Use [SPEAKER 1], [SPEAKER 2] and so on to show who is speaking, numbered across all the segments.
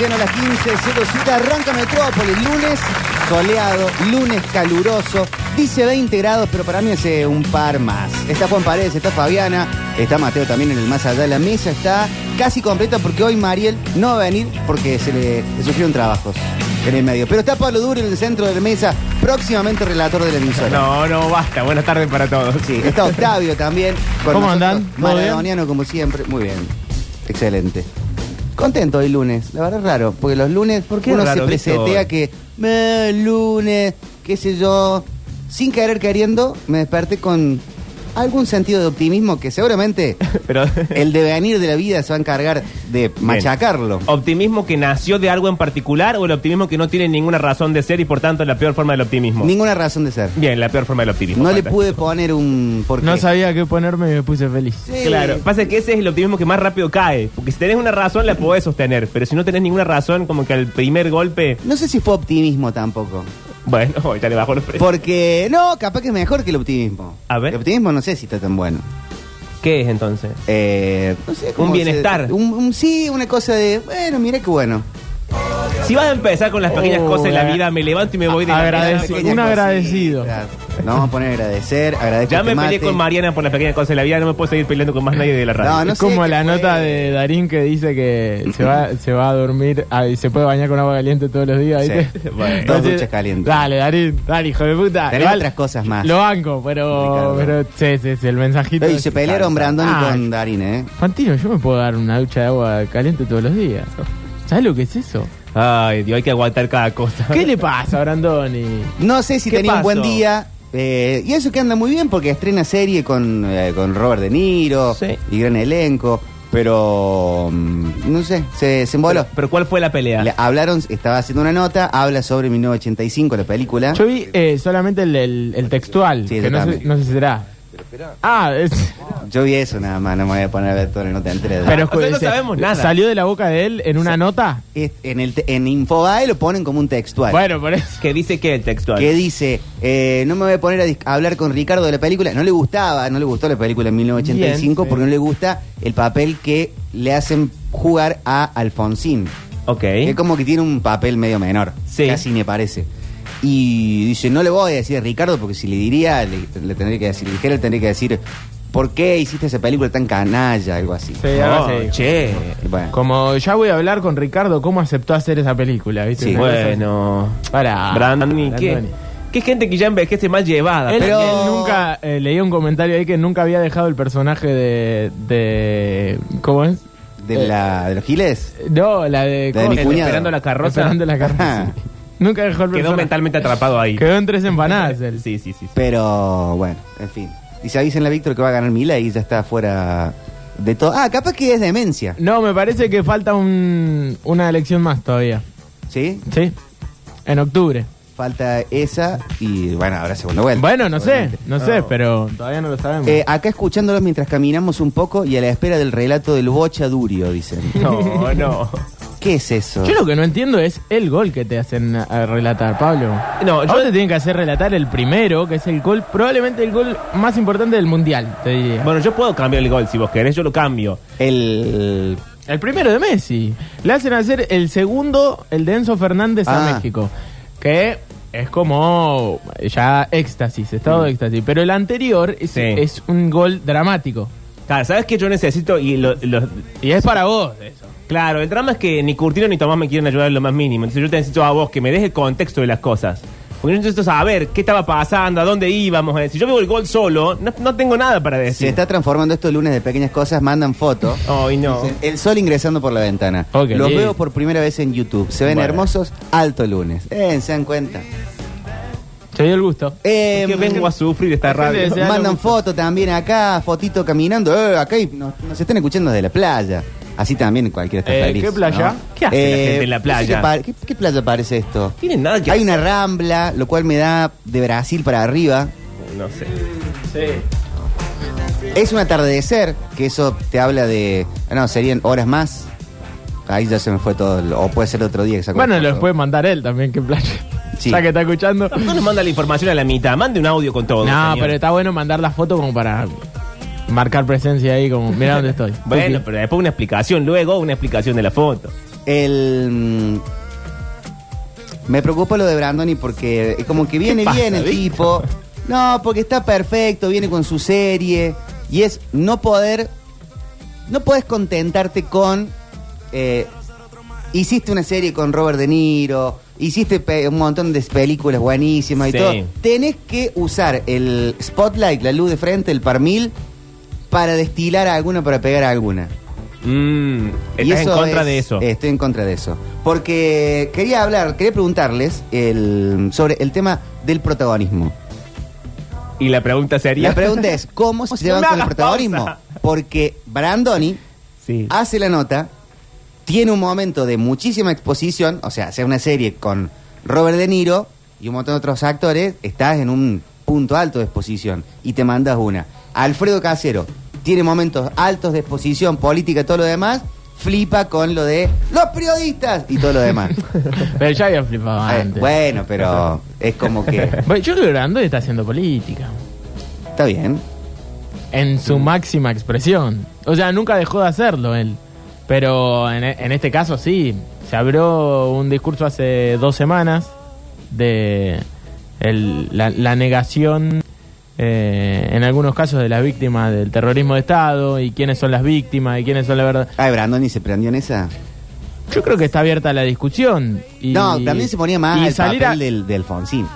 [SPEAKER 1] lleno las 15, 07, arranca Metrópolis, lunes soleado, lunes caluroso, dice 20 grados, pero para mí hace un par más. Está Juan Paredes, está Fabiana, está Mateo también en el más allá, la mesa está casi completa porque hoy Mariel no va a venir porque se le, le sufrieron trabajos en el medio. Pero está Pablo Duro en el centro de la mesa, próximamente relator de la emisora.
[SPEAKER 2] No, no, basta. Buenas tardes para todos.
[SPEAKER 1] Sí, está Octavio también. con
[SPEAKER 2] ¿Cómo
[SPEAKER 1] nosotros,
[SPEAKER 2] andan? ¿Todo
[SPEAKER 1] Maradoniano como siempre. Muy bien. Excelente. Contento hoy lunes. La verdad es raro, porque los lunes
[SPEAKER 2] qué
[SPEAKER 1] uno
[SPEAKER 2] es
[SPEAKER 1] se
[SPEAKER 2] raro,
[SPEAKER 1] presetea
[SPEAKER 2] Víctor?
[SPEAKER 1] que "Me, lunes, qué sé yo. Sin querer queriendo, me desperté con algún sentido de optimismo que seguramente
[SPEAKER 2] Pero
[SPEAKER 1] el devenir de la vida se va a encargar de machacarlo.
[SPEAKER 2] ¿Optimismo que nació de algo en particular o el optimismo que no tiene ninguna razón de ser y por tanto la peor forma del optimismo?
[SPEAKER 1] Ninguna razón de ser.
[SPEAKER 2] Bien, la peor forma del optimismo.
[SPEAKER 1] No le
[SPEAKER 2] fantástico.
[SPEAKER 1] pude poner un porqué.
[SPEAKER 3] No sabía qué ponerme y me puse feliz.
[SPEAKER 1] Sí.
[SPEAKER 2] Claro, pasa que ese es el optimismo que más rápido cae. Porque si tenés una razón, la podés sostener. Pero si no tenés ninguna razón, como que al primer golpe,
[SPEAKER 1] No sé si fue optimismo tampoco.
[SPEAKER 2] bueno, oh, ya le bajó los precios.
[SPEAKER 1] Porque, no, capaz que es mejor que el optimismo.
[SPEAKER 2] A ver.
[SPEAKER 1] El optimismo no sé si está tan bueno.
[SPEAKER 2] ¿Qué es entonces?
[SPEAKER 1] Eh, no sé, como
[SPEAKER 2] Un bienestar.
[SPEAKER 1] se- un, un- sí, una cosa de, bueno, mira qué bueno.
[SPEAKER 2] Si vas a empezar con las pequeñas
[SPEAKER 3] Oh,
[SPEAKER 2] cosas de la
[SPEAKER 3] agra-
[SPEAKER 2] vida, me levanto y me voy de la-
[SPEAKER 3] agradec-
[SPEAKER 1] Una
[SPEAKER 3] un
[SPEAKER 1] pequeña
[SPEAKER 3] agradecido.
[SPEAKER 1] cosita. Nos vamos a poner a agradecer, este agradecer.
[SPEAKER 2] Ya me peleé con Mariana por las pequeñas cosas de la vida, no me puedo seguir peleando con más nadie de la radio.
[SPEAKER 1] Ah, No, no
[SPEAKER 3] es
[SPEAKER 1] sé
[SPEAKER 3] como
[SPEAKER 1] qué
[SPEAKER 3] la
[SPEAKER 1] fue.
[SPEAKER 3] nota de Darín que dice que se va, se va a dormir ah, y se puede bañar con agua caliente todos los días.
[SPEAKER 1] Sí.
[SPEAKER 3] ¿viste?
[SPEAKER 2] Bueno.
[SPEAKER 1] Dos
[SPEAKER 3] Entonces,
[SPEAKER 1] duchas calientes.
[SPEAKER 3] Dale, Darín, dale, hijo de puta.
[SPEAKER 1] Tenés
[SPEAKER 3] Igual,
[SPEAKER 1] otras cosas más.
[SPEAKER 3] Lo banco, pero,
[SPEAKER 1] Ricardo.
[SPEAKER 3] pero sí, sí, sí, el mensajito.
[SPEAKER 1] Ey, se pelearon Brandon y
[SPEAKER 3] Ah,
[SPEAKER 1] con Darín, ¿eh?
[SPEAKER 3] Fantino, yo me puedo dar una ducha de agua caliente todos los días. ¿Sabes lo que es eso?
[SPEAKER 2] Ay, Dios, hay que aguantar cada cosa.
[SPEAKER 3] ¿Qué le pasa a Brandoni?
[SPEAKER 1] No sé si
[SPEAKER 2] ¿Qué
[SPEAKER 1] tenía un buen
[SPEAKER 2] pasó?
[SPEAKER 1] día. eh, y eso que anda muy bien porque estrena serie con, eh, con Robert De Niro
[SPEAKER 2] Sí.
[SPEAKER 1] y gran elenco. Pero, mm, no sé, se, se emboló.
[SPEAKER 2] Pero, pero ¿cuál fue la pelea?
[SPEAKER 1] Le hablaron, estaba haciendo una nota, habla sobre 1985, la película.
[SPEAKER 3] Yo vi eh, solamente el, el- el textual,
[SPEAKER 1] ¿Ah? Sí, yo
[SPEAKER 3] que no sé,
[SPEAKER 1] también.
[SPEAKER 3] no sé si será. Ah, es,
[SPEAKER 1] Yo vi eso nada más, no me voy a poner a ver toda la nota entera.
[SPEAKER 3] pero
[SPEAKER 2] o sea, no
[SPEAKER 3] dice,
[SPEAKER 2] sabemos nada.
[SPEAKER 3] ¿Salió de la boca de él en una nota?
[SPEAKER 1] Es- en, el te- en Infobae lo ponen como un textual.
[SPEAKER 3] Bueno, por eso.
[SPEAKER 2] Que dice que el textual.
[SPEAKER 1] Que dice, eh, no me voy a poner a, dis- a hablar con Ricardo de la película. No le gustaba, no le gustó la película en 1985
[SPEAKER 3] Bien, sí.
[SPEAKER 1] porque no le gusta el papel que le hacen jugar a Alfonsín.
[SPEAKER 2] Ok.
[SPEAKER 1] Que como que tiene un papel medio menor.
[SPEAKER 2] Sí.
[SPEAKER 1] Casi me parece. Y dice, no le voy a decir a Ricardo, porque si le diría, le, le tendría que decir, le dijera, le tendría que decir, ¿por qué hiciste esa película tan canalla? Algo así.
[SPEAKER 3] Sí, algo
[SPEAKER 2] Oh,
[SPEAKER 3] así.
[SPEAKER 2] che.
[SPEAKER 1] Y Bueno,
[SPEAKER 3] Como ya voy a hablar con Ricardo, ¿cómo aceptó hacer esa película? ¿viste?
[SPEAKER 1] Sí. Ah,
[SPEAKER 3] Una cosa
[SPEAKER 2] Bueno.
[SPEAKER 3] así. Para.
[SPEAKER 2] Brandoni, ¿qué?
[SPEAKER 3] Brandoni.
[SPEAKER 2] ¿Qué gente que ya envejece mal llevada?
[SPEAKER 3] Él,
[SPEAKER 1] Pero-
[SPEAKER 3] él nunca eh, leía un comentario ahí que nunca había dejado el personaje de. de ¿Cómo es?
[SPEAKER 1] de, la, ¿de los giles?
[SPEAKER 3] No, la de.
[SPEAKER 1] La de mi
[SPEAKER 3] ¿cómo?
[SPEAKER 1] cuñado.
[SPEAKER 2] Esperando la carroza.
[SPEAKER 3] Esperando la carroza. sí. Nunca dejó el
[SPEAKER 2] Quedó
[SPEAKER 3] personaje.
[SPEAKER 2] mentalmente atrapado ahí.
[SPEAKER 3] Quedó en tres empanadas él.
[SPEAKER 2] Sí, sí, sí. sí.
[SPEAKER 1] Pero bueno, en fin. Y se avisen a Víctor que va a ganar Mila y ya está fuera de todo. Ah, capaz que es demencia.
[SPEAKER 3] No, me parece que falta un, una elección más todavía.
[SPEAKER 1] ¿Sí?
[SPEAKER 3] ¿Sí? En octubre.
[SPEAKER 1] Falta esa y bueno, habrá segunda vuelta.
[SPEAKER 3] Bueno, no sé,
[SPEAKER 1] obviamente.
[SPEAKER 3] no sé, pero todavía no lo sabemos.
[SPEAKER 1] Eh, acá escuchándolos mientras caminamos un poco y a la espera del relato del Bocha Durio, dicen.
[SPEAKER 2] No, no.
[SPEAKER 1] ¿Qué es eso?
[SPEAKER 3] yo lo que no entiendo es el gol que te hacen eh, relatar, Pablo.
[SPEAKER 2] No,
[SPEAKER 3] Yo
[SPEAKER 2] yo-
[SPEAKER 3] te tienen que hacer relatar el primero, que es el gol, probablemente el gol más importante del mundial, te diría.
[SPEAKER 2] Bueno, yo puedo cambiar el gol si vos querés, yo lo cambio.
[SPEAKER 1] El.
[SPEAKER 3] El primero de Messi. Le hacen hacer el segundo, el de Enzo Fernández
[SPEAKER 1] Ah.
[SPEAKER 3] a México. Que es como ya éxtasis, estado de éxtasis. Pero el anterior es,
[SPEAKER 2] Sí.
[SPEAKER 3] es un gol dramático.
[SPEAKER 2] Claro, ¿sabes qué yo necesito? Y lo- los-
[SPEAKER 3] Y es para vos eso.
[SPEAKER 2] Claro, el drama es que ni Curtino ni Tomás me quieren ayudar en lo más mínimo. Entonces yo te necesito a vos que me des el contexto de las cosas. Porque yo necesito saber qué estaba pasando, a dónde íbamos. eh. Si yo veo el gol solo, no, no tengo nada para
[SPEAKER 1] Se
[SPEAKER 2] decir.
[SPEAKER 1] está transformando estos lunes de pequeñas cosas, mandan fotos.
[SPEAKER 2] Ay, no.
[SPEAKER 1] El sol ingresando por la ventana.
[SPEAKER 3] Ok.
[SPEAKER 1] Los veo por primera vez en YouTube. Se ven
[SPEAKER 2] Bueno.
[SPEAKER 1] hermosos. Alto lunes. Eh, se dan cuenta.
[SPEAKER 3] Te dio el gusto.
[SPEAKER 1] Eh,
[SPEAKER 2] que vengo a sufrir esta
[SPEAKER 3] Gente
[SPEAKER 2] radio.
[SPEAKER 3] desea-
[SPEAKER 1] Mandan
[SPEAKER 3] algo.
[SPEAKER 1] fotos también acá, fotito caminando. Eh, acá y nos, nos están escuchando desde la playa. Así también cualquiera está
[SPEAKER 3] Eh,
[SPEAKER 1] feliz.
[SPEAKER 3] ¿qué playa?
[SPEAKER 1] ¿no?
[SPEAKER 2] ¿Qué hace la gente en la
[SPEAKER 1] no sé qué
[SPEAKER 2] playa?
[SPEAKER 1] pa- ¿Qué, qué playa parece esto?
[SPEAKER 2] Tienen nada que
[SPEAKER 1] Hay una rambla, lo cual me da de Brasil para arriba.
[SPEAKER 2] No sé.
[SPEAKER 1] Es un atardecer, que eso te habla de. ah, No, serían horas más. Ahí ya se me fue todo. lo- O puede ser otro día que se
[SPEAKER 3] Bueno,
[SPEAKER 1] acuerde.
[SPEAKER 3] los puede mandar él también, que playa.
[SPEAKER 1] Sí.
[SPEAKER 3] Ya que está escuchando.
[SPEAKER 2] No nos manda la información a la mitad. Mande un audio con todo.
[SPEAKER 3] No,
[SPEAKER 2] señor.
[SPEAKER 3] pero está bueno mandar la foto como para marcar presencia ahí, como, mira dónde estoy.
[SPEAKER 2] Bueno, pero después una explicación, luego una explicación de la foto.
[SPEAKER 1] El. mm, Me preocupa lo de Brandoni porque eh, como que viene
[SPEAKER 3] pasa,
[SPEAKER 1] bien el tipo.
[SPEAKER 3] Víctor?
[SPEAKER 1] No, porque está perfecto, viene con su serie. Y es no poder. No podés contentarte con. eh, hiciste una serie con Robert De Niro. Hiciste pe- un montón de películas buenísimas y
[SPEAKER 2] Sí.
[SPEAKER 1] todo. Tenés que usar el spotlight, la luz de frente, el parmil, para destilar a alguna, para pegar a alguna.
[SPEAKER 2] Mm,
[SPEAKER 1] Y
[SPEAKER 2] estás en contra
[SPEAKER 1] es-
[SPEAKER 2] de eso.
[SPEAKER 1] eh, Estoy en contra de eso. Porque quería hablar, quería preguntarles el- sobre el tema del protagonismo.
[SPEAKER 2] y la pregunta sería.
[SPEAKER 1] La pregunta es, ¿cómo se
[SPEAKER 2] No
[SPEAKER 1] llevan
[SPEAKER 2] me
[SPEAKER 1] con el
[SPEAKER 2] hagas
[SPEAKER 1] protagonismo?
[SPEAKER 2] pausa.
[SPEAKER 1] Porque Brandoni
[SPEAKER 2] Sí.
[SPEAKER 1] hace la nota, tiene un momento de muchísima exposición, o sea, hacer una serie con Robert De Niro y un montón de otros actores, estás en un punto alto de exposición y te mandas una. Alfredo Casero tiene momentos altos de exposición política y todo lo demás, flipa con lo de los periodistas y todo lo demás.
[SPEAKER 3] Pero ya había flipado
[SPEAKER 1] A ver,
[SPEAKER 3] antes.
[SPEAKER 1] Eh, bueno, pero es como que
[SPEAKER 3] Bueno, yo creo que Brandoni está haciendo política.
[SPEAKER 1] está bien.
[SPEAKER 3] En su máxima expresión. O sea, nunca dejó de hacerlo él. Pero en, e- en este caso sí. Se abrió un discurso hace dos semanas de el- la, la negación, eh, en algunos casos, de las víctimas del terrorismo de Estado y quiénes son las víctimas y quiénes son la verdad.
[SPEAKER 1] Ay, Brandoni se prendió en esa.
[SPEAKER 3] Yo creo que está abierta la discusión. Y,
[SPEAKER 1] No, también se ponía más
[SPEAKER 3] y
[SPEAKER 1] el
[SPEAKER 3] salir
[SPEAKER 1] papel
[SPEAKER 3] a-
[SPEAKER 1] del, de Alfonsín.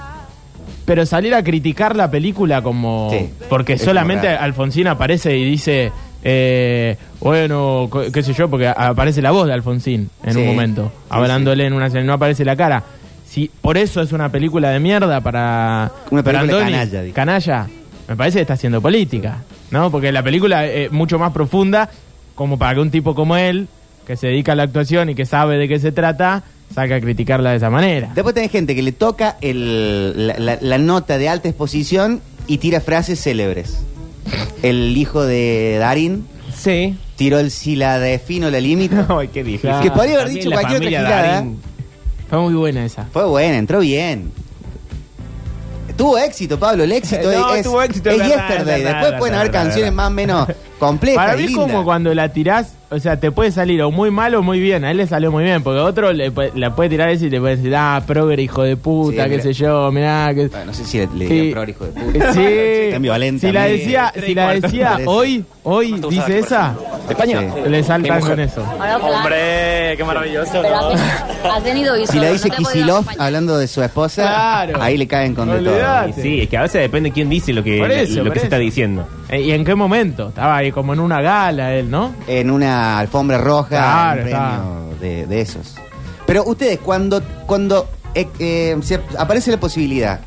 [SPEAKER 3] Pero salir a criticar la película como...
[SPEAKER 1] Sí,
[SPEAKER 3] porque
[SPEAKER 1] es
[SPEAKER 3] solamente
[SPEAKER 1] como raro.
[SPEAKER 3] Alfonsín aparece y dice, eh, bueno, co- qué sé yo, porque aparece la voz de Alfonsín en
[SPEAKER 1] Sí,
[SPEAKER 3] un momento,
[SPEAKER 1] sí,
[SPEAKER 3] hablándole en una escena, no aparece la cara. Si, por eso es una película de mierda para...
[SPEAKER 1] Una película
[SPEAKER 3] Brandoni.
[SPEAKER 1] canalla, dijo.
[SPEAKER 3] Canalla. Me parece que está haciendo política, ¿no? Porque la película es mucho más profunda como para que un tipo como él, que se dedica a la actuación y que sabe de qué se trata, saca a criticarla de esa manera.
[SPEAKER 1] Después tenés gente que le toca el- la, la- la nota de alta exposición y tira frases célebres. El hijo de Darín
[SPEAKER 2] Sí.
[SPEAKER 1] tiró el si la defino la límite.
[SPEAKER 2] Ay, qué difícil.
[SPEAKER 1] Que podría haber
[SPEAKER 2] También
[SPEAKER 1] dicho
[SPEAKER 2] la
[SPEAKER 1] cualquier otra
[SPEAKER 2] familia
[SPEAKER 1] gilada.
[SPEAKER 2] Darín.
[SPEAKER 3] Fue muy buena esa.
[SPEAKER 1] Fue buena, entró bien. Tuvo éxito, Pablo, el éxito
[SPEAKER 2] No,
[SPEAKER 1] es,
[SPEAKER 2] tuvo éxito,
[SPEAKER 1] es
[SPEAKER 2] es verdad,
[SPEAKER 1] Yesterday.
[SPEAKER 2] es verdad,
[SPEAKER 1] Después pueden
[SPEAKER 2] es
[SPEAKER 1] haber
[SPEAKER 2] verdad,
[SPEAKER 1] canciones
[SPEAKER 2] es verdad.
[SPEAKER 1] más o menos complejas.
[SPEAKER 3] Para
[SPEAKER 1] y
[SPEAKER 3] mí es
[SPEAKER 1] lindas.
[SPEAKER 3] como cuando la tirás, o sea, te puede salir o muy mal o muy bien. A él le salió muy bien, porque a otro le, pu- la puede tirar ese y le puede decir, ah, progre, hijo de
[SPEAKER 1] Sí,
[SPEAKER 3] puta, qué
[SPEAKER 1] mira.
[SPEAKER 3] sé yo, mirá, que...
[SPEAKER 1] Ah, no sé si le, le
[SPEAKER 3] Sí.
[SPEAKER 1] digan progre, hijo de puta.
[SPEAKER 3] Sí.
[SPEAKER 1] Tan violenta,
[SPEAKER 3] si la
[SPEAKER 1] amigo.
[SPEAKER 3] decía,
[SPEAKER 2] Tres
[SPEAKER 3] si
[SPEAKER 2] y
[SPEAKER 3] la
[SPEAKER 2] cuarto.
[SPEAKER 3] decía
[SPEAKER 1] Parece.
[SPEAKER 3] hoy, hoy dice esa,
[SPEAKER 1] España.
[SPEAKER 3] le saltan con eso.
[SPEAKER 4] Hombre, qué maravilloso.
[SPEAKER 5] Pero has, has tenido
[SPEAKER 1] Si la dice
[SPEAKER 5] Kisilov
[SPEAKER 1] Kisilov hablando de su esposa,
[SPEAKER 3] Claro.
[SPEAKER 1] ahí le caen con de todo.
[SPEAKER 3] Olvidate.
[SPEAKER 2] Y Sí, es que a veces depende quién dice lo que,
[SPEAKER 3] Por eso,
[SPEAKER 2] lo
[SPEAKER 3] por
[SPEAKER 2] que se
[SPEAKER 3] eso.
[SPEAKER 2] está diciendo.
[SPEAKER 3] Eh, ¿Y en qué momento? Estaba ahí como en una gala él, ¿no?
[SPEAKER 1] en una alfombra roja
[SPEAKER 3] Claro,
[SPEAKER 1] un
[SPEAKER 3] claro.
[SPEAKER 1] premio de, de esos. Pero ustedes, cuando, cuando eh, eh, se aparece la posibilidad,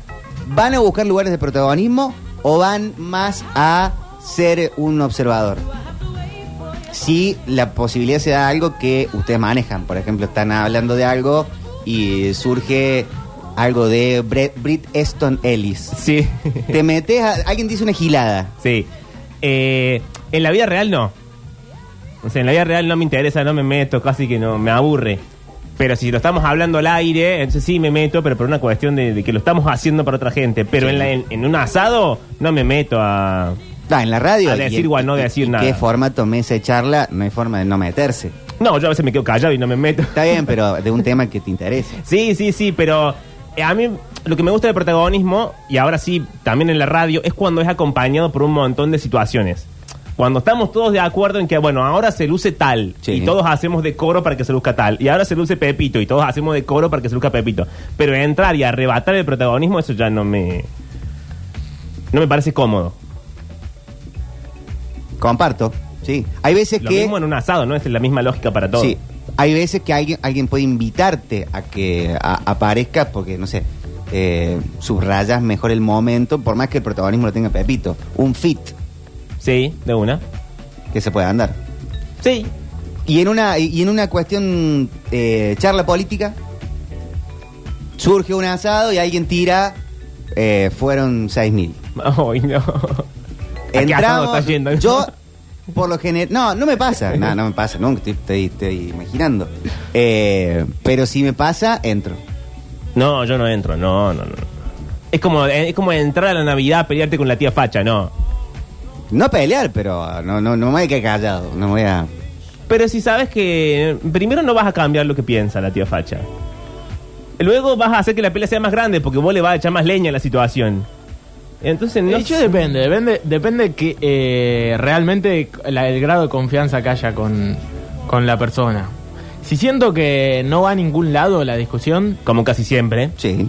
[SPEAKER 1] ¿van a buscar lugares de protagonismo o van más a ser un observador? Si la posibilidad se da a algo que ustedes manejan, por ejemplo, están hablando de algo y surge algo de Bre- Brit Eston Ellis.
[SPEAKER 2] Sí.
[SPEAKER 1] Te metes a. Alguien dice una gilada.
[SPEAKER 2] sí. Eh, en la vida real no. O sea, en la vida real no me interesa, no me meto, casi que no, me aburre. Pero si lo estamos hablando al aire, entonces sí me meto, pero por una cuestión de, de que lo estamos haciendo para otra gente. Pero en, la- en- en un asado no me meto a...
[SPEAKER 1] Ah, en la radio.
[SPEAKER 2] A decir o a no decir nada.
[SPEAKER 1] ¿Qué formato, mesa de charla? No hay forma de no meterse.
[SPEAKER 2] No, yo a veces me quedo callado y no me meto.
[SPEAKER 1] Está bien, pero de un tema que te interese.
[SPEAKER 2] Sí, sí, sí, pero eh, a mí lo que me gusta del protagonismo, y ahora sí, también en la radio, es cuando es acompañado por un montón de situaciones. Cuando estamos todos de acuerdo en que, bueno, ahora se luce tal,
[SPEAKER 1] Sí.
[SPEAKER 2] y todos hacemos de coro para que se luzca tal, y ahora se luce Pepito, y todos hacemos de coro para que se luzca Pepito. Pero entrar y arrebatar el protagonismo, eso ya no me. No me parece cómodo.
[SPEAKER 1] Comparto, sí. Hay veces
[SPEAKER 2] Lo
[SPEAKER 1] que.
[SPEAKER 2] mismo en un asado, ¿no? Es la misma lógica para todos.
[SPEAKER 1] Sí. Hay veces que alguien, alguien puede invitarte a que a- aparezca porque, no sé, eh, subrayas mejor el momento, por más que el protagonismo lo tenga Pepito. Un fit
[SPEAKER 2] Sí, de una.
[SPEAKER 1] que se pueda andar.
[SPEAKER 2] Sí.
[SPEAKER 1] Y en una, y en una cuestión eh, charla política, surge un asado y alguien tira, eh, fueron 6.000.
[SPEAKER 2] Ay, no. ¿A qué asado
[SPEAKER 1] Entramos,
[SPEAKER 2] estás yendo?
[SPEAKER 1] yo, por lo general, no, no me pasa, no, no me pasa, nunca estoy, estoy- estoy imaginando. Eh, pero si me pasa, entro.
[SPEAKER 2] No, yo no entro, no, no, no. Es como, es como entrar a la Navidad a pelearte con la tía Facha, no.
[SPEAKER 1] No a pelear, pero no, no, no me voy a quedar callado, no me voy a...
[SPEAKER 2] Pero si sabes que primero no vas a cambiar lo que piensa la tía Facha. Luego vas a hacer que la pelea sea más grande porque vos le vas a echar más leña a la situación. Entonces no
[SPEAKER 3] No, yo depende, depende, depende que eh, realmente la- el grado de confianza que haya con, con la persona. Si siento que no va a ningún lado la discusión,
[SPEAKER 2] Como casi siempre.
[SPEAKER 1] Sí,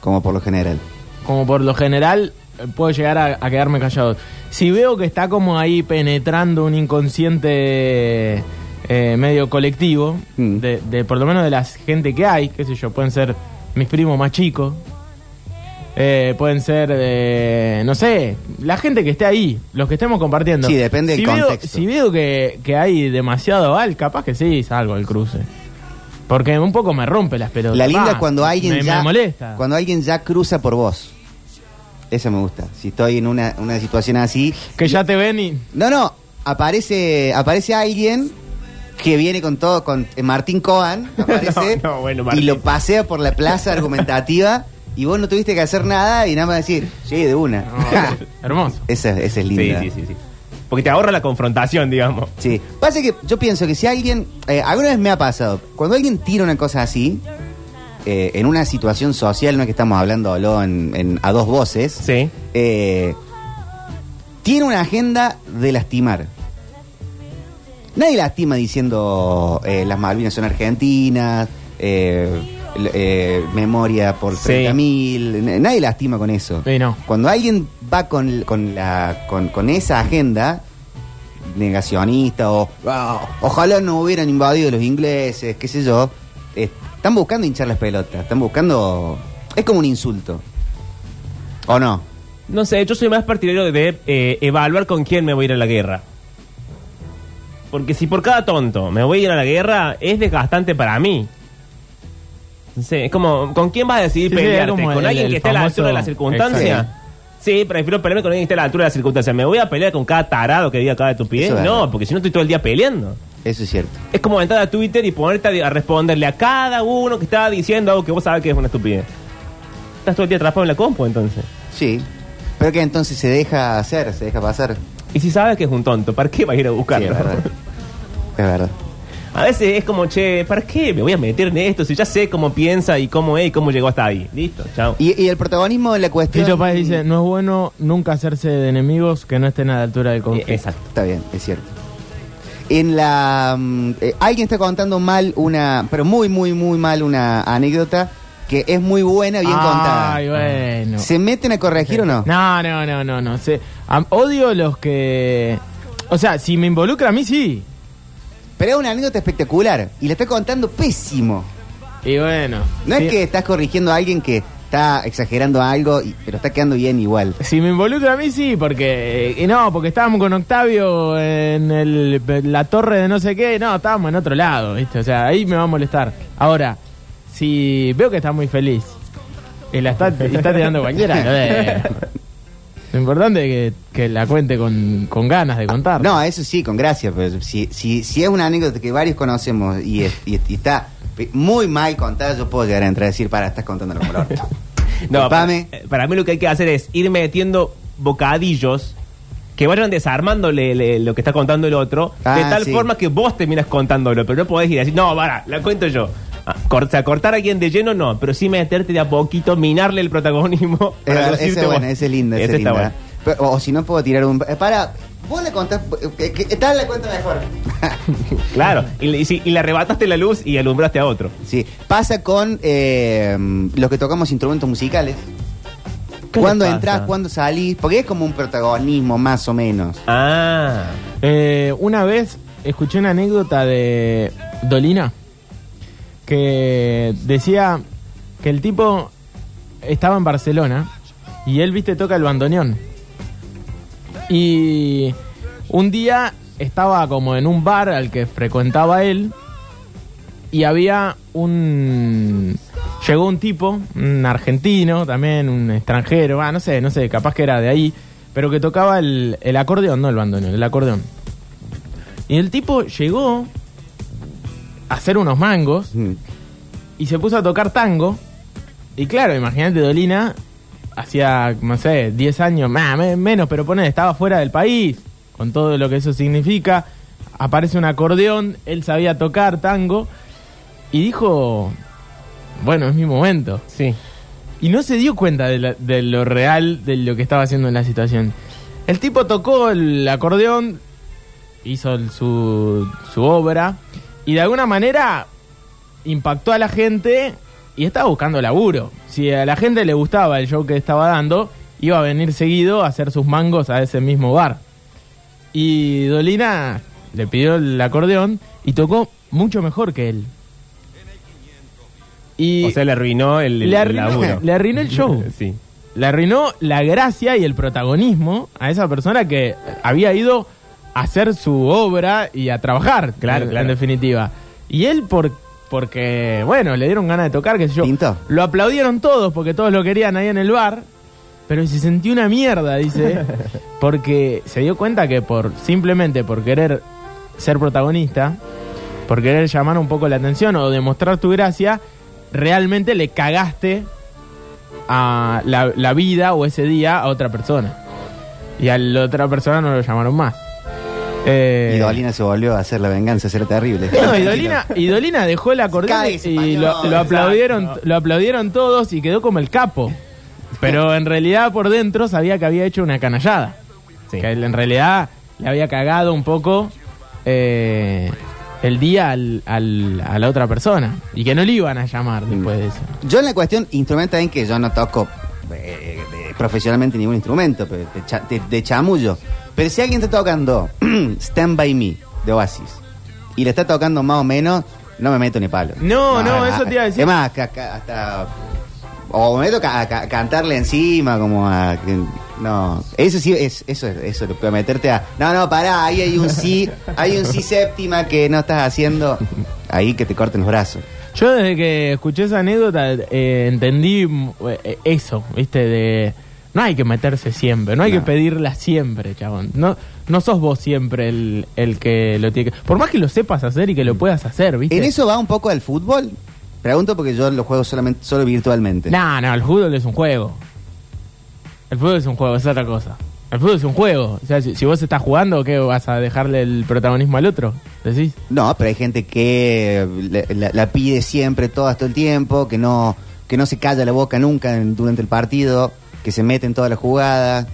[SPEAKER 1] como por lo general.
[SPEAKER 3] como por lo general, eh, puedo llegar a, a quedarme callado. Si veo que está como ahí penetrando un inconsciente eh, medio colectivo,
[SPEAKER 1] Mm.
[SPEAKER 3] de, de por lo menos de la gente que hay, qué sé yo, pueden ser mis primos más chicos, eh, pueden ser, eh, no sé, la gente que esté ahí, los que estemos compartiendo.
[SPEAKER 1] Sí, depende
[SPEAKER 3] si
[SPEAKER 1] del
[SPEAKER 3] veo,
[SPEAKER 1] contexto.
[SPEAKER 3] Si veo que, que hay demasiado al, capaz que sí, salgo al cruce. Porque un poco me rompe las pelotas.
[SPEAKER 1] La linda
[SPEAKER 3] Va,
[SPEAKER 1] es cuando alguien
[SPEAKER 3] me-
[SPEAKER 1] ya.
[SPEAKER 3] me molesta.
[SPEAKER 1] Cuando alguien ya cruza por vos. Eso me gusta. Si estoy en una, una situación así.
[SPEAKER 3] Que ya te ven y...
[SPEAKER 1] No, no. Aparece, aparece alguien que viene con todo, con eh, Martín Coan, aparece,
[SPEAKER 2] No, no, bueno,
[SPEAKER 1] y
[SPEAKER 2] Martín.
[SPEAKER 1] lo pasea por la plaza argumentativa y vos no tuviste que hacer nada y nada más decir, sí, de una.
[SPEAKER 3] Hermoso.
[SPEAKER 1] esa, esa es
[SPEAKER 2] Sí,
[SPEAKER 1] linda.
[SPEAKER 2] sí, sí, sí. Porque te ahorra la confrontación, digamos.
[SPEAKER 1] Sí. Pasa que yo pienso que si alguien. eh, alguna vez me ha pasado. Cuando alguien tira una cosa así. eh, en una situación social, no es que estamos hablando habló en, en- a dos voces.
[SPEAKER 2] Sí.
[SPEAKER 1] eh, tiene una agenda de lastimar. Nadie lastima diciendo eh, las Malvinas son argentinas, eh, l- eh, memoria por
[SPEAKER 2] Sí.
[SPEAKER 1] 30.000. n- Nadie lastima con eso.
[SPEAKER 3] Sí, no.
[SPEAKER 1] Cuando alguien va con, con, la, con, con esa agenda negacionista o "Ah, ojalá no hubieran invadido los ingleses, qué sé yo, eh, están buscando hinchar las pelotas, están buscando... Es como un insulto. ¿O no?
[SPEAKER 2] No sé, yo soy más partidario de eh, evaluar con quién me voy a ir a la guerra. Porque si por cada tonto me voy a ir a la guerra, es desgastante para mí. No sé, es como, ¿con quién vas a decidir
[SPEAKER 3] Sí, sí,
[SPEAKER 2] pelearte?
[SPEAKER 3] era como
[SPEAKER 2] ¿Con
[SPEAKER 3] el-
[SPEAKER 2] alguien
[SPEAKER 3] el
[SPEAKER 2] que esté a la altura de la
[SPEAKER 3] famoso-
[SPEAKER 2] circunstancia? Sí, prefiero pelearme con alguien que esté a la altura de la circunstancia. ¿Me voy a pelear con cada tarado que diga cada estupidez?
[SPEAKER 1] Eso es
[SPEAKER 2] No,
[SPEAKER 1] verdad.
[SPEAKER 2] porque si no estoy todo el día peleando.
[SPEAKER 1] Eso es cierto.
[SPEAKER 2] Es como entrar a Twitter y ponerte a, di- a responderle a cada uno que está diciendo algo que vos sabes que es una estupidez. Estás todo el día atrapado en la compu entonces.
[SPEAKER 1] Sí. Pero que entonces se deja hacer, se deja pasar.
[SPEAKER 2] Y si sabes que es un tonto, ¿para qué vas a ir a buscarlo?
[SPEAKER 1] Sí, es verdad. Es verdad.
[SPEAKER 2] a veces es como, che, ¿para qué me voy a meter en esto si ya sé cómo piensa y cómo es y cómo llegó hasta ahí? Listo, chao.
[SPEAKER 1] Y, y el protagonismo de la cuestión...
[SPEAKER 3] Tito Paz dice, no es bueno nunca hacerse de enemigos que no estén a la altura del conflicto.
[SPEAKER 2] Eh, Exacto.
[SPEAKER 1] Está bien, es cierto. En la. mm, eh, alguien está contando mal una. Pero muy, muy, muy mal una anécdota que es muy buena, bien
[SPEAKER 3] Ay,
[SPEAKER 1] contada.
[SPEAKER 3] bueno.
[SPEAKER 1] ¿Se meten a corregir o no?
[SPEAKER 3] No, no, no, no, no. sé. Am- odio los que... O sea, si me involucra a mí, sí.
[SPEAKER 1] Pero es una anécdota espectacular y la está contando pésimo.
[SPEAKER 3] Y bueno.
[SPEAKER 1] No
[SPEAKER 3] si,
[SPEAKER 1] es que estás corrigiendo a alguien que está exagerando algo, y- pero está quedando bien igual.
[SPEAKER 3] Si me involucra a mí, sí, porque... eh, no, porque estábamos con Octavio en el- la torre de no sé qué. No, estábamos en otro lado, ¿viste? O sea, ahí me va a molestar. Ahora, si veo que está muy feliz y la está, y está tirando cualquiera, lo dejo. Lo importante es que, que la cuente con, con ganas de contar.
[SPEAKER 1] No, eso sí, con gracia, pero si, si, si es una anécdota que varios conocemos y, es- y- y está muy mal contada, yo puedo llegar a entrar a decir, para, estás contándolo como el orto".
[SPEAKER 2] No, para,
[SPEAKER 1] Disculpame.
[SPEAKER 2] eh, para mí lo que hay que hacer es ir metiendo bocadillos que vayan desarmándole le- lo que está contando el otro, de
[SPEAKER 1] Ah,
[SPEAKER 2] tal
[SPEAKER 1] sí.
[SPEAKER 2] forma que vos terminas contándolo, pero no podés ir así, no, para, la cuento yo. Ah, cor- o sea, cortar a alguien de lleno no, pero sí meterte de a poquito, minarle el protagonismo.
[SPEAKER 1] Eh,
[SPEAKER 2] para
[SPEAKER 1] ese es
[SPEAKER 2] lucirte
[SPEAKER 1] bueno,
[SPEAKER 2] vos.
[SPEAKER 1] ese es lindo, ese,
[SPEAKER 2] Ese
[SPEAKER 1] es
[SPEAKER 2] está
[SPEAKER 1] lindo. ¿eh?
[SPEAKER 2] bueno.
[SPEAKER 1] Pero- o o si no puedo tirar un... eh, para, vos le contás... eh, que- que- Dale la cuenta mejor.
[SPEAKER 2] Claro, y, le- y si- y le arrebataste la luz y alumbraste a otro.
[SPEAKER 1] sí, pasa con eh, los que tocamos instrumentos musicales.
[SPEAKER 2] ¿Qué
[SPEAKER 1] ¿Cuándo
[SPEAKER 2] le pasa?
[SPEAKER 1] entras, cuándo salís? Porque es como un protagonismo más o menos.
[SPEAKER 2] Ah,
[SPEAKER 3] Eh, una vez escuché una anécdota de Dolina que decía que el tipo estaba en Barcelona y él, viste, toca el bandoneón. Y un día estaba como en un bar al que frecuentaba él y había un... Llegó un tipo, un argentino también, un extranjero, ah, no sé, no sé, capaz que era de ahí, pero que tocaba el, el acordeón, no el bandoneón, el acordeón. Y el tipo llegó a hacer unos mangos
[SPEAKER 1] Mm.
[SPEAKER 3] y se puso a tocar tango. Y claro, imagínate, Dolina, hacía, no sé, 10 años, más menos, pero poner, estaba fuera del país, con todo lo que eso significa. aparece un acordeón, él sabía tocar tango y dijo, bueno, es mi momento.
[SPEAKER 2] Sí.
[SPEAKER 3] Y no se dio cuenta de, la- de lo real de lo que estaba haciendo en la situación. El tipo tocó el acordeón, hizo el- su, su obra y de alguna manera impactó a la gente y estaba buscando laburo. Si a la gente le gustaba el show que estaba dando, iba a venir seguido a hacer sus mangos a ese mismo bar. Y Dolina le pidió el acordeón y tocó mucho mejor que él. Y
[SPEAKER 2] o sea, le arruinó el, el
[SPEAKER 3] le arruinó,
[SPEAKER 2] laburo.
[SPEAKER 3] le arruinó el show.
[SPEAKER 2] sí.
[SPEAKER 3] Le arruinó la gracia y el protagonismo a esa persona que había ido a hacer su obra y a trabajar,
[SPEAKER 2] Claro,
[SPEAKER 3] en,
[SPEAKER 2] claro.
[SPEAKER 3] en definitiva. Y él por porque, bueno, le dieron ganas de tocar, qué sé yo.
[SPEAKER 1] Pintó.
[SPEAKER 3] Lo aplaudieron todos porque todos lo querían ahí en el bar, pero se sintió una mierda, dice, porque se dio cuenta que por simplemente por querer ser protagonista, por querer llamar un poco la atención o demostrar tu gracia, realmente le cagaste a la, la vida o ese día a otra persona. Y a la otra persona no lo llamaron más. Eh,
[SPEAKER 1] Y Dolina se volvió a hacer la venganza, será terrible.
[SPEAKER 3] no, y Dolina, y Dolina dejó el acordeón
[SPEAKER 1] Cae ese
[SPEAKER 3] y
[SPEAKER 1] pañuelo,
[SPEAKER 3] lo, lo
[SPEAKER 1] exacto.
[SPEAKER 3] aplaudieron, lo aplaudieron todos y quedó como el capo. Pero en realidad por dentro sabía que había hecho una canallada.
[SPEAKER 2] Sí.
[SPEAKER 3] Que él en realidad le había cagado un poco eh, el día al- al- a la otra persona. Y que no le iban a llamar después de eso.
[SPEAKER 1] Yo en la cuestión instrumental en que yo no toco eh, de- profesionalmente ningún instrumento, pero de, cha- de- de chamullo. Pero si alguien está tocando Stand By Me de Oasis y le está tocando más o menos, no me meto ni palo.
[SPEAKER 3] No, no, eso te iba a decir.
[SPEAKER 1] Es más, ca- ca- hasta... O me meto ca- a ca- cantarle encima, como a... que- No, eso sí, es, eso es eso, es lo peor, meterte a... No, no, pará, ahí hay un sí, hay un sí séptima que no estás haciendo. Ahí que te corten los brazos.
[SPEAKER 3] Yo desde que escuché esa anécdota eh, entendí mm, eh, eso, ¿viste? De no hay que meterse siempre, no hay
[SPEAKER 1] No.
[SPEAKER 3] que pedirla siempre, chabón. No no sos vos siempre el, el que lo tiene que... Por más que lo sepas hacer y que lo puedas hacer, ¿viste?
[SPEAKER 1] Mm. ¿En eso va un poco al fútbol? Pregunto porque yo lo juego solamente solo virtualmente.
[SPEAKER 3] No, no, el fútbol es un juego. El fútbol es un juego, es otra cosa. El fútbol es un juego. O sea, si, si vos estás jugando, ¿qué? ¿Vas a dejarle el protagonismo al otro? ¿Decís?
[SPEAKER 1] No, pero hay gente que eh, la, la- la pide siempre, todo, todo el tiempo, que no, que no se calla la boca nunca en- durante el partido, que se mete en todas las jugadas.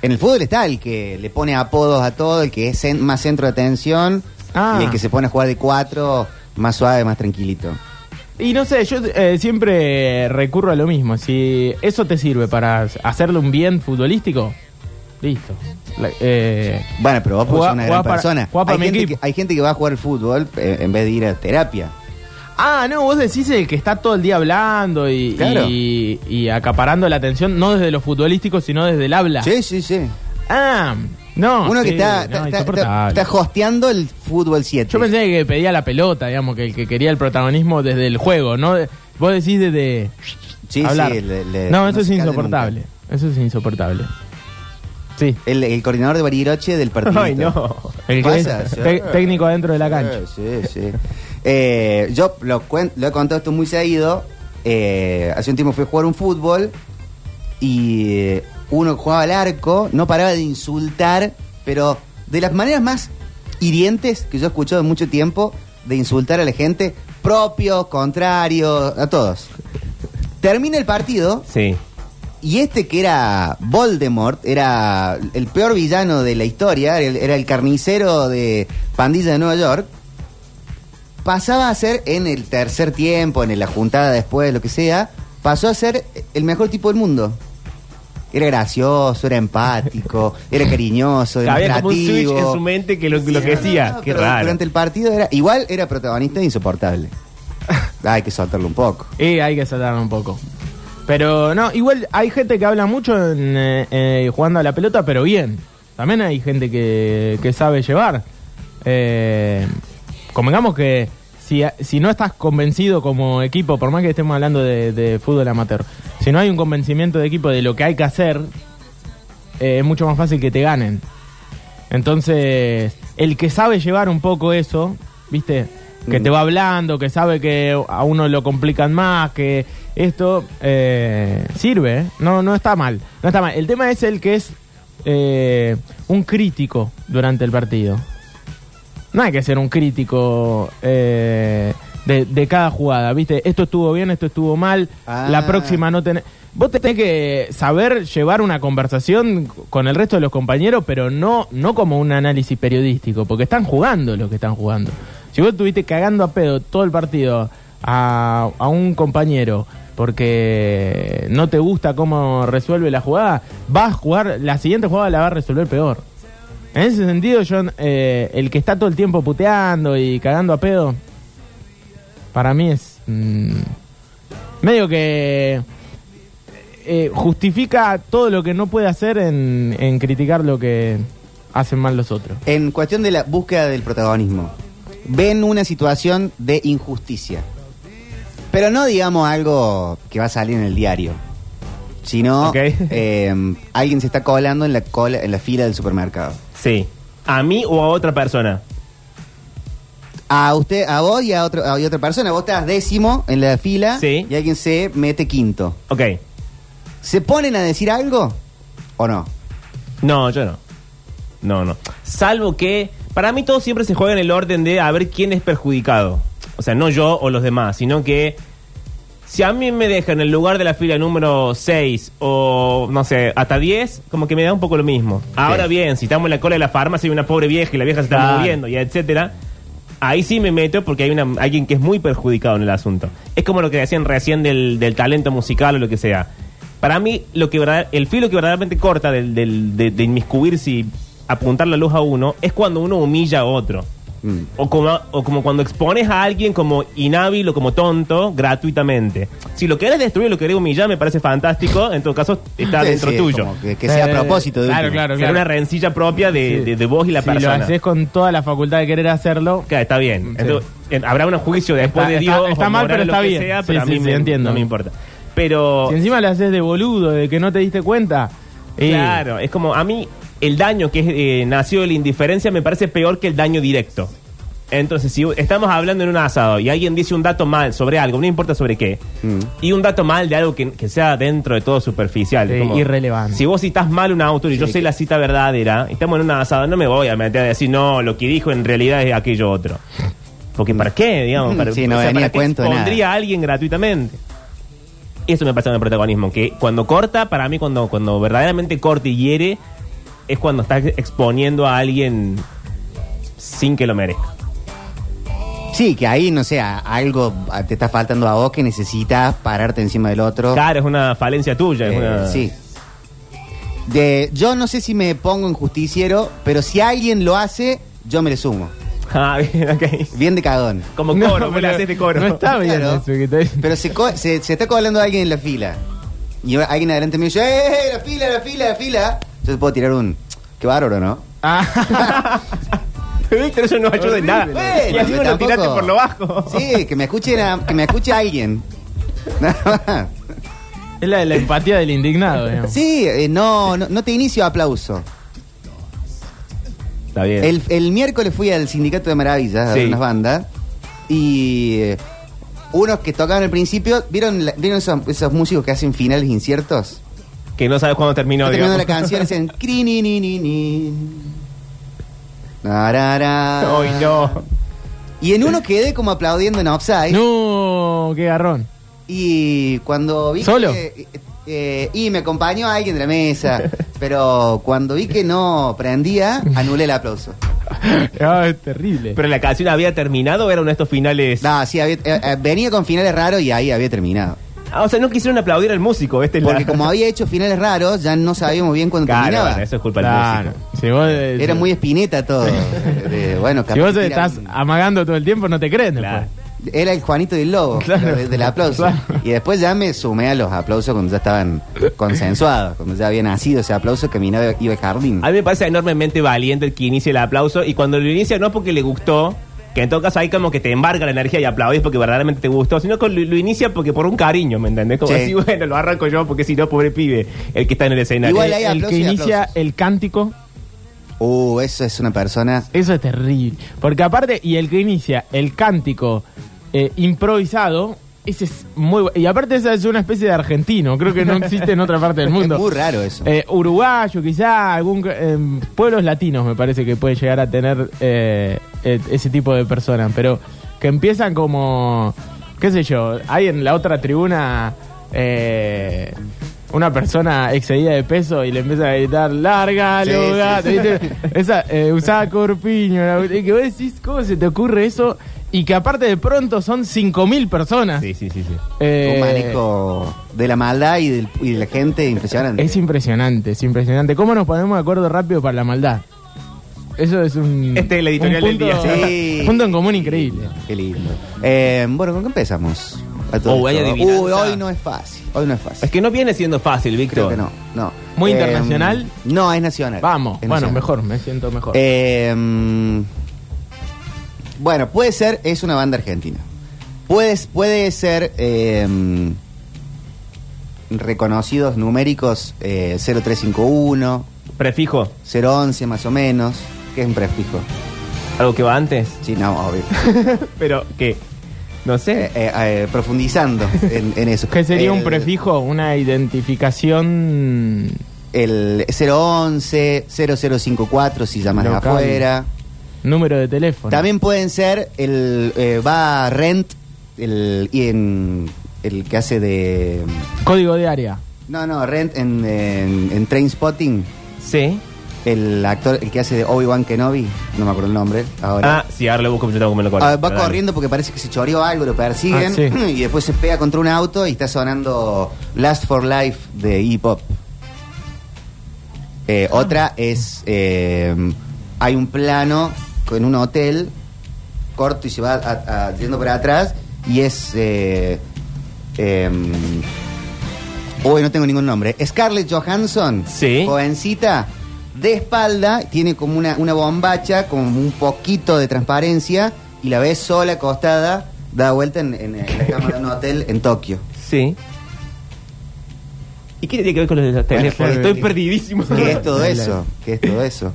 [SPEAKER 1] En el fútbol está el que le pone apodos a todo, el que es cen- más centro de atención
[SPEAKER 3] Ah.
[SPEAKER 1] y el que se pone a jugar de cuatro, más suave, más tranquilito.
[SPEAKER 3] Y no sé, yo eh, siempre recurro a lo mismo. Si eso te sirve para hacerle un bien futbolístico, listo. La- eh,
[SPEAKER 1] Bueno, pero vos porque
[SPEAKER 3] Jugá-
[SPEAKER 1] sos una gran
[SPEAKER 3] jugá para-
[SPEAKER 1] persona.
[SPEAKER 3] jugá para
[SPEAKER 1] hay,
[SPEAKER 3] mi
[SPEAKER 1] gente que,
[SPEAKER 3] equipo.
[SPEAKER 1] hay gente que va a jugar al fútbol eh, en vez de ir a terapia.
[SPEAKER 3] ah, no, vos decís el que está todo el día hablando y,
[SPEAKER 1] Claro.
[SPEAKER 3] y, y acaparando la atención, no desde lo futbolístico, sino desde el habla.
[SPEAKER 1] Sí, sí, sí.
[SPEAKER 3] Ah, no.
[SPEAKER 1] Uno que
[SPEAKER 3] sí,
[SPEAKER 1] está,
[SPEAKER 3] no,
[SPEAKER 1] está, está-
[SPEAKER 3] insoportable.
[SPEAKER 1] está hosteando el fútbol 7.
[SPEAKER 3] Yo pensé que pedía la pelota, digamos, que el que quería el protagonismo desde el juego, ¿no? De- Vos decís desde
[SPEAKER 1] Sí,
[SPEAKER 3] hablar.
[SPEAKER 1] sí, le- le-
[SPEAKER 3] no, eso
[SPEAKER 1] no
[SPEAKER 3] es
[SPEAKER 1] se calla
[SPEAKER 3] insoportable. Eso es insoportable. Sí.
[SPEAKER 1] El, el coordinador de Bariloche del partido.
[SPEAKER 2] Ay, no.
[SPEAKER 3] El que es
[SPEAKER 1] Pasa, sí.
[SPEAKER 3] tec- técnico adentro de la cancha.
[SPEAKER 1] Sí, sí. Eh, yo lo, cuen- lo he contado esto muy seguido. Eh, hace un tiempo fui a jugar un fútbol y eh, uno que jugaba al arco no paraba de insultar, pero de las maneras más hirientes que yo he escuchado en mucho tiempo, de insultar a la gente, propios, contrarios, a todos. Termina el partido
[SPEAKER 2] Sí.
[SPEAKER 1] y este que era Voldemort, era el peor villano de la historia, era el, era el carnicero de Pandilla de Nueva York, pasaba a ser en el tercer tiempo, en la juntada después, lo que sea, pasó a ser el mejor tipo del mundo. Era gracioso, era empático, era cariñoso,
[SPEAKER 2] Había como un switch
[SPEAKER 1] demostrativo.
[SPEAKER 2] en su mente que lo, que lo que
[SPEAKER 1] Sí,
[SPEAKER 2] decía.
[SPEAKER 1] no, no,
[SPEAKER 2] Qué
[SPEAKER 1] pero
[SPEAKER 2] raro.
[SPEAKER 1] Durante el partido era igual era protagonista e insoportable. Hay que soltarlo un poco.
[SPEAKER 3] Y hay que saltar un poco. Pero no, igual hay gente que habla mucho en, eh, eh, jugando a la pelota, pero bien. También hay gente que, que sabe llevar. Eh, convengamos que si, si no estás convencido como equipo, por más que estemos hablando de, de fútbol amateur, si no hay un convencimiento de equipo de lo que hay que hacer, eh, es mucho más fácil que te ganen. Entonces, el que sabe llevar un poco eso, ¿viste? Que te va hablando, que sabe que a uno lo complican más, que esto eh, sirve, ¿eh? no no está mal, no está mal. El tema es el que es eh, un crítico durante el partido. No hay que ser un crítico eh, de, de cada jugada, ¿viste? Esto estuvo bien, esto estuvo mal,
[SPEAKER 1] Ah.
[SPEAKER 3] la próxima no tenés... Vos tenés que saber llevar una conversación con el resto de los compañeros, pero no, no como un análisis periodístico, porque están jugando lo que están jugando. Si vos estuviste cagando a pedo todo el partido a, a un compañero porque no te gusta cómo resuelve la jugada, vas a jugar, la siguiente jugada la va a resolver peor. En ese sentido, yo, eh, el que está todo el tiempo puteando y cagando a pedo, para mí es. mm, medio que. eh, justifica todo lo que no puede hacer en, en criticar lo que hacen mal los otros.
[SPEAKER 1] En cuestión de la búsqueda del protagonismo, ven una situación de injusticia. Pero no digamos algo que va a salir en el diario, sino
[SPEAKER 2] Ok.
[SPEAKER 1] eh, alguien se está colando en la, cola, en la fila del supermercado.
[SPEAKER 2] Sí. ¿A mí o a otra persona?
[SPEAKER 1] A usted, a vos y a, otro, a y otra persona. Vos estás décimo en la fila
[SPEAKER 2] Sí.
[SPEAKER 1] y alguien se mete quinto.
[SPEAKER 2] Ok.
[SPEAKER 1] ¿Se ponen a decir algo o no?
[SPEAKER 2] No, yo no. No, no. Salvo que para mí todo siempre se juega en el orden de a ver quién es perjudicado. O sea, no yo o los demás, sino que si a mí me dejan en el lugar de la fila número 6 o no sé, hasta 10, como que me da un poco lo mismo. Ahora
[SPEAKER 1] Sí.
[SPEAKER 2] bien, si estamos en la cola de la farmacia y una pobre vieja y la vieja se está
[SPEAKER 3] Claro.
[SPEAKER 2] muriendo y etcétera, ahí sí me meto porque hay una, alguien que es muy perjudicado en el asunto. Es como lo que decían recién del, del talento musical o lo que sea. Para mí, lo que verdad- el filo que verdaderamente corta del, del- de, de inmiscuirse y apuntar la luz a uno es cuando uno humilla a otro.
[SPEAKER 1] Mm.
[SPEAKER 2] O como, o como cuando expones a alguien como inhábil o como tonto gratuitamente. Si lo querés destruir, lo querés humillar, me parece fantástico. En todo caso, está
[SPEAKER 1] Sí,
[SPEAKER 2] dentro
[SPEAKER 1] sí,
[SPEAKER 2] tuyo.
[SPEAKER 1] como Que, que sea
[SPEAKER 3] Eh,
[SPEAKER 1] a propósito de
[SPEAKER 3] claro,
[SPEAKER 1] última.
[SPEAKER 3] claro.
[SPEAKER 2] Será una rencilla propia de, Eh, de- de vos y la
[SPEAKER 3] si
[SPEAKER 2] persona.
[SPEAKER 3] lo haces con toda la facultad de querer hacerlo,
[SPEAKER 2] Claro, está bien.
[SPEAKER 3] Sí.
[SPEAKER 2] Entonces, en- habrá un juicio después
[SPEAKER 3] Está-
[SPEAKER 2] de
[SPEAKER 3] está-
[SPEAKER 2] Dios.
[SPEAKER 3] está
[SPEAKER 2] o
[SPEAKER 3] mal,
[SPEAKER 2] moral,
[SPEAKER 3] pero
[SPEAKER 2] lo
[SPEAKER 3] está
[SPEAKER 2] que
[SPEAKER 3] bien.
[SPEAKER 2] sea, pero
[SPEAKER 3] Sí,
[SPEAKER 2] a mí
[SPEAKER 3] sí, sí,
[SPEAKER 2] me-
[SPEAKER 3] entiendo.
[SPEAKER 2] no me importa. Pero,
[SPEAKER 3] si encima lo haces de boludo, de que no te diste cuenta, y-
[SPEAKER 2] claro, es como a mí el daño que es, eh, nació de la indiferencia me parece peor que el daño directo. Entonces, si estamos hablando en un asado y alguien dice un dato mal sobre algo, no importa sobre qué,
[SPEAKER 1] Mm.
[SPEAKER 2] y un dato mal de algo que, que sea dentro de todo superficial.
[SPEAKER 3] Sí, irrelevante.
[SPEAKER 2] Si vos citás mal un autor y yo
[SPEAKER 1] Sí,
[SPEAKER 2] sé
[SPEAKER 1] que-
[SPEAKER 2] la cita verdadera, y estamos en una asada, no me voy a meter a decir, no, lo que dijo en realidad es aquello otro. Porque ¿para qué? Digamos, para,
[SPEAKER 1] Sí, no venía
[SPEAKER 2] ¿para
[SPEAKER 1] a cuento de nada.
[SPEAKER 2] expondría a alguien gratuitamente. Eso me pasa con el protagonismo, que cuando corta, para mí cuando, cuando verdaderamente corta y hiere, es cuando estás exponiendo a alguien sin que lo merezca.
[SPEAKER 1] Sí, que ahí, no sé, a- algo a- te está faltando a vos que necesitas pararte encima del otro.
[SPEAKER 2] Claro, es una falencia tuya. es
[SPEAKER 1] Oh. Eh,
[SPEAKER 2] una-
[SPEAKER 1] Sí. De, yo no sé si me pongo en justiciero, pero si alguien lo hace, yo me le sumo.
[SPEAKER 2] Ah, bien, ok.
[SPEAKER 1] Bien de cagón.
[SPEAKER 2] Como
[SPEAKER 3] No,
[SPEAKER 2] coro, vos le
[SPEAKER 3] pero
[SPEAKER 2] haces de coro.
[SPEAKER 3] No está bien
[SPEAKER 1] Claro.
[SPEAKER 3] eso que te-
[SPEAKER 1] Pero se, co- se, se está colando alguien en la fila. Y va- alguien adelante me dice, ¡eh, eh, la fila, la fila, la fila! Yo te puedo tirar un... Qué bárbaro, ¿no?
[SPEAKER 3] Ah.
[SPEAKER 2] Víctor, eso no ayuda en nada.
[SPEAKER 1] Bueno,
[SPEAKER 2] y así
[SPEAKER 1] pero
[SPEAKER 2] lo
[SPEAKER 1] tampoco-
[SPEAKER 2] tiraste por lo bajo.
[SPEAKER 1] Sí, que me escuchen a- que me escuche alguien. Nada más.
[SPEAKER 3] Es la de la empatía del indignado, digamos.
[SPEAKER 1] Sí, eh, no, no, no te inicio aplauso.
[SPEAKER 2] Está bien.
[SPEAKER 1] El, el miércoles fui al Sindicato de Maravillas a ver
[SPEAKER 2] Sí.
[SPEAKER 1] unas bandas y eh, unos que tocaban al principio, ¿vieron, la- ¿vieron esos, esos músicos que hacen finales inciertos?
[SPEAKER 2] Que no sabes cuándo terminó,
[SPEAKER 1] Está terminando la
[SPEAKER 2] digamos.
[SPEAKER 1] canción, hacen crinininin. Narara.
[SPEAKER 2] Ay, no.
[SPEAKER 1] Y en uno quedé como aplaudiendo en Offside.
[SPEAKER 3] No, qué garrón.
[SPEAKER 1] Y cuando vi que-
[SPEAKER 3] ¿Solo?
[SPEAKER 1] eh, eh, y me acompañó alguien de la mesa. pero cuando vi que no prendía, anulé el aplauso.
[SPEAKER 3] Ah, es terrible.
[SPEAKER 2] Pero la canción había terminado o era uno de estos finales.
[SPEAKER 1] No, sí, había- eh, eh, venía con finales raros y ahí había terminado.
[SPEAKER 2] Ah, o sea, no quisieron aplaudir al músico. Este es la-
[SPEAKER 1] Porque como había hecho finales raros, ya no sabíamos bien cuándo
[SPEAKER 2] Claro,
[SPEAKER 1] terminaba.
[SPEAKER 2] bueno, eso es culpa del
[SPEAKER 3] Claro.
[SPEAKER 2] músico.
[SPEAKER 3] Si vos, eh,
[SPEAKER 1] Era
[SPEAKER 3] si-
[SPEAKER 1] muy espineta todo. De- bueno,
[SPEAKER 3] Si
[SPEAKER 1] capaz
[SPEAKER 3] vos
[SPEAKER 1] que era
[SPEAKER 3] estás
[SPEAKER 1] un-
[SPEAKER 3] amagando todo el tiempo, no te creen. después.
[SPEAKER 2] Claro.
[SPEAKER 1] Era el Juanito del Lobo,
[SPEAKER 3] Claro.
[SPEAKER 1] pero de- del aplauso.
[SPEAKER 3] Claro.
[SPEAKER 1] Y después ya me sumé a los aplausos cuando ya estaban consensuados, cuando ya había nacido ese aplauso que mi novia iba al jardín.
[SPEAKER 2] A mí me parece enormemente valiente el que inicie el aplauso. Y cuando lo inicia, no porque le gustó, que en todo caso ahí como que te embarga la energía y aplaudís porque verdaderamente te gustó, sino que lo, lo inicia porque por un cariño, ¿me entendés? Como
[SPEAKER 1] Sí.
[SPEAKER 2] así, bueno, lo arranco yo porque si no, pobre pibe, el que está en el escenario. Eh,
[SPEAKER 1] Igual hay
[SPEAKER 3] El
[SPEAKER 1] aplausos
[SPEAKER 3] que
[SPEAKER 1] y
[SPEAKER 3] inicia
[SPEAKER 1] aplausos.
[SPEAKER 3] el cántico,
[SPEAKER 1] Uh, eso es una persona.
[SPEAKER 3] eso es terrible. Porque aparte, y el que inicia el cántico eh, improvisado, Ese es muy bu- Y aparte esa es una especie de argentino, creo que no existe en otra parte del mundo.
[SPEAKER 1] Es muy raro eso.
[SPEAKER 3] Eh, uruguayo, quizá, algún eh, pueblos latinos me parece que puede llegar a tener eh, eh, ese tipo de personas, pero que empiezan como, qué sé yo, hay en la otra tribuna eh, una persona excedida de peso y le empiezan a gritar, larga,
[SPEAKER 1] Sí, sí,
[SPEAKER 3] gato,
[SPEAKER 1] sí.
[SPEAKER 3] ¿viste? Esa, eh, usaba corpiño, la- y que vos decís, ¿cómo se te ocurre eso? Y que aparte de pronto son 5.000 personas.
[SPEAKER 2] Sí, sí, sí, sí.
[SPEAKER 3] Eh,
[SPEAKER 1] un manejo de la maldad y, del- y de la gente impresionante.
[SPEAKER 3] Es impresionante, es impresionante. ¿Cómo nos ponemos de acuerdo rápido para la maldad? Eso es un.
[SPEAKER 2] Este es la editorial
[SPEAKER 3] un
[SPEAKER 2] del
[SPEAKER 3] punto-
[SPEAKER 2] día.
[SPEAKER 1] Sí.
[SPEAKER 3] Punto en común increíble.
[SPEAKER 1] Qué lindo. Eh, bueno, ¿con qué empezamos? A todo
[SPEAKER 2] Oh, hay
[SPEAKER 1] esto.
[SPEAKER 2] adivinanza.
[SPEAKER 1] Uy, hoy no es fácil. Hoy no es fácil.
[SPEAKER 2] Es que no viene siendo fácil,
[SPEAKER 1] Creo
[SPEAKER 2] Víctor.
[SPEAKER 1] que no. no.
[SPEAKER 3] ¿Muy
[SPEAKER 1] Eh,
[SPEAKER 3] internacional?
[SPEAKER 1] No, es nacional.
[SPEAKER 3] Vamos,
[SPEAKER 1] Es
[SPEAKER 3] bueno,
[SPEAKER 1] nacional.
[SPEAKER 3] mejor, me siento mejor.
[SPEAKER 1] Eh, bueno, puede ser, es una banda argentina. Puedes, puede ser eh, reconocidos numéricos eh, 0351,
[SPEAKER 2] Prefijo,
[SPEAKER 1] 011 más o menos, que es un prefijo.
[SPEAKER 2] algo que va antes,
[SPEAKER 1] Sí, no, obvio.
[SPEAKER 2] pero que, no sé,
[SPEAKER 1] Eh, eh, eh, profundizando en, en eso. Eh,
[SPEAKER 3] ¿Qué sería un
[SPEAKER 1] El-
[SPEAKER 3] prefijo? Una identificación.
[SPEAKER 1] El 011, 0054 si llamas de
[SPEAKER 3] Local.
[SPEAKER 1] afuera.
[SPEAKER 3] Número de teléfono.
[SPEAKER 1] También pueden ser el eh, va a Rent, el, y en, el que hace de...
[SPEAKER 3] Código de área.
[SPEAKER 1] No, no, Rent en, en, Train Spotting,
[SPEAKER 2] sí.
[SPEAKER 1] el actor, el que hace de Obi-Wan Kenobi, no me acuerdo el nombre ahora.
[SPEAKER 2] Ah, sí, ahora lo busco, pero yo tengo que me lo corto.
[SPEAKER 1] Ah, va
[SPEAKER 2] Perdón.
[SPEAKER 1] corriendo porque parece que se choreó algo, lo persiguen
[SPEAKER 3] Ah, sí.
[SPEAKER 1] y después se pega contra un auto y está sonando Last for Life de Hip Hop. Eh,
[SPEAKER 3] Ah.
[SPEAKER 1] Otra es, eh, hay un plano en un hotel corto y se va a- a- yendo para atrás y es... Eh, em, uy, no tengo ningún nombre. Scarlett Johansson,
[SPEAKER 2] Sí.
[SPEAKER 1] jovencita, de espalda, tiene como una, una bombacha, como un poquito de transparencia, y la ves sola, acostada, da vuelta en, en- en la cama de un hotel en Tokio.
[SPEAKER 2] Sí. ¿Y qué tiene que ver con los de los teléfonos?
[SPEAKER 1] claro,
[SPEAKER 2] Estoy
[SPEAKER 1] bien.
[SPEAKER 2] perdidísimo.
[SPEAKER 1] ¿Qué es todo eso? ¿Qué es todo eso?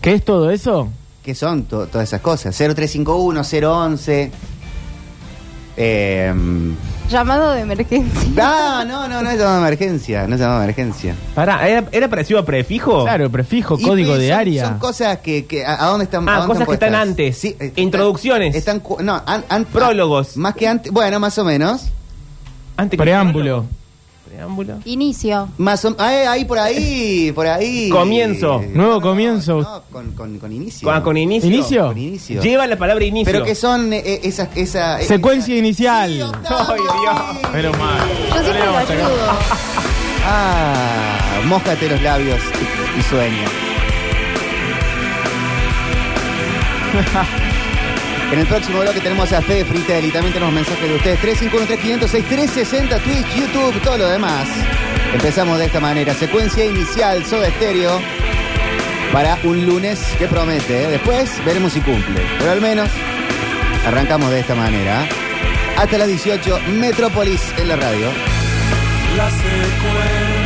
[SPEAKER 3] ¿Qué es todo eso?
[SPEAKER 1] ¿Qué son to- todas esas cosas? 0351, 011. Em,
[SPEAKER 5] Llamado de emergencia.
[SPEAKER 1] no, no, no, no es llamada emergencia, no es llamada emergencia.
[SPEAKER 2] Pará, ¿era, era parecido a prefijo?
[SPEAKER 3] Claro, prefijo,
[SPEAKER 1] Y
[SPEAKER 3] código
[SPEAKER 2] pues
[SPEAKER 1] son-
[SPEAKER 3] de área.
[SPEAKER 1] Son cosas que, que- a, a dónde están. a
[SPEAKER 2] Ah,
[SPEAKER 1] dónde
[SPEAKER 2] cosas que están
[SPEAKER 1] puestas?
[SPEAKER 2] antes.
[SPEAKER 1] eh,
[SPEAKER 2] Introducciones.
[SPEAKER 1] Están, cu- no, an- an- ah,
[SPEAKER 2] Prólogos.
[SPEAKER 1] Más que antes. Bueno, más o menos.
[SPEAKER 2] Antes que-
[SPEAKER 3] Preámbulo.
[SPEAKER 2] Preámbulo.
[SPEAKER 5] Inicio.
[SPEAKER 1] Más o- ahí, ahí por ahí, por ahí.
[SPEAKER 2] Comienzo. Ah,
[SPEAKER 3] Nuevo comienzo.
[SPEAKER 1] no, con, con- con inicio.
[SPEAKER 2] Con, con inicio.
[SPEAKER 3] Inicio.
[SPEAKER 1] Con inicio.
[SPEAKER 2] Lleva la palabra inicio.
[SPEAKER 1] Pero que son eh, eh, esas. Esa,
[SPEAKER 3] Secuencia
[SPEAKER 1] esa-
[SPEAKER 3] inicial.
[SPEAKER 1] Sí, Octavio,
[SPEAKER 2] Ay, Dios.
[SPEAKER 1] sí.
[SPEAKER 3] Pero mal.
[SPEAKER 5] Yo siempre lo ayudo.
[SPEAKER 1] Ah, mójate los labios y, y sueña. En el próximo bloque tenemos a Fede Fritel y también tenemos mensajes de ustedes. 351-3506-360, Twitch, YouTube, todo lo demás. Empezamos de esta manera. Secuencia inicial, Soda Estéreo, para un lunes que promete. ¿eh? Después veremos si cumple. Pero al menos arrancamos de esta manera. ¿eh? Hasta las 18, Metrópolis en la radio.
[SPEAKER 6] La secuencia.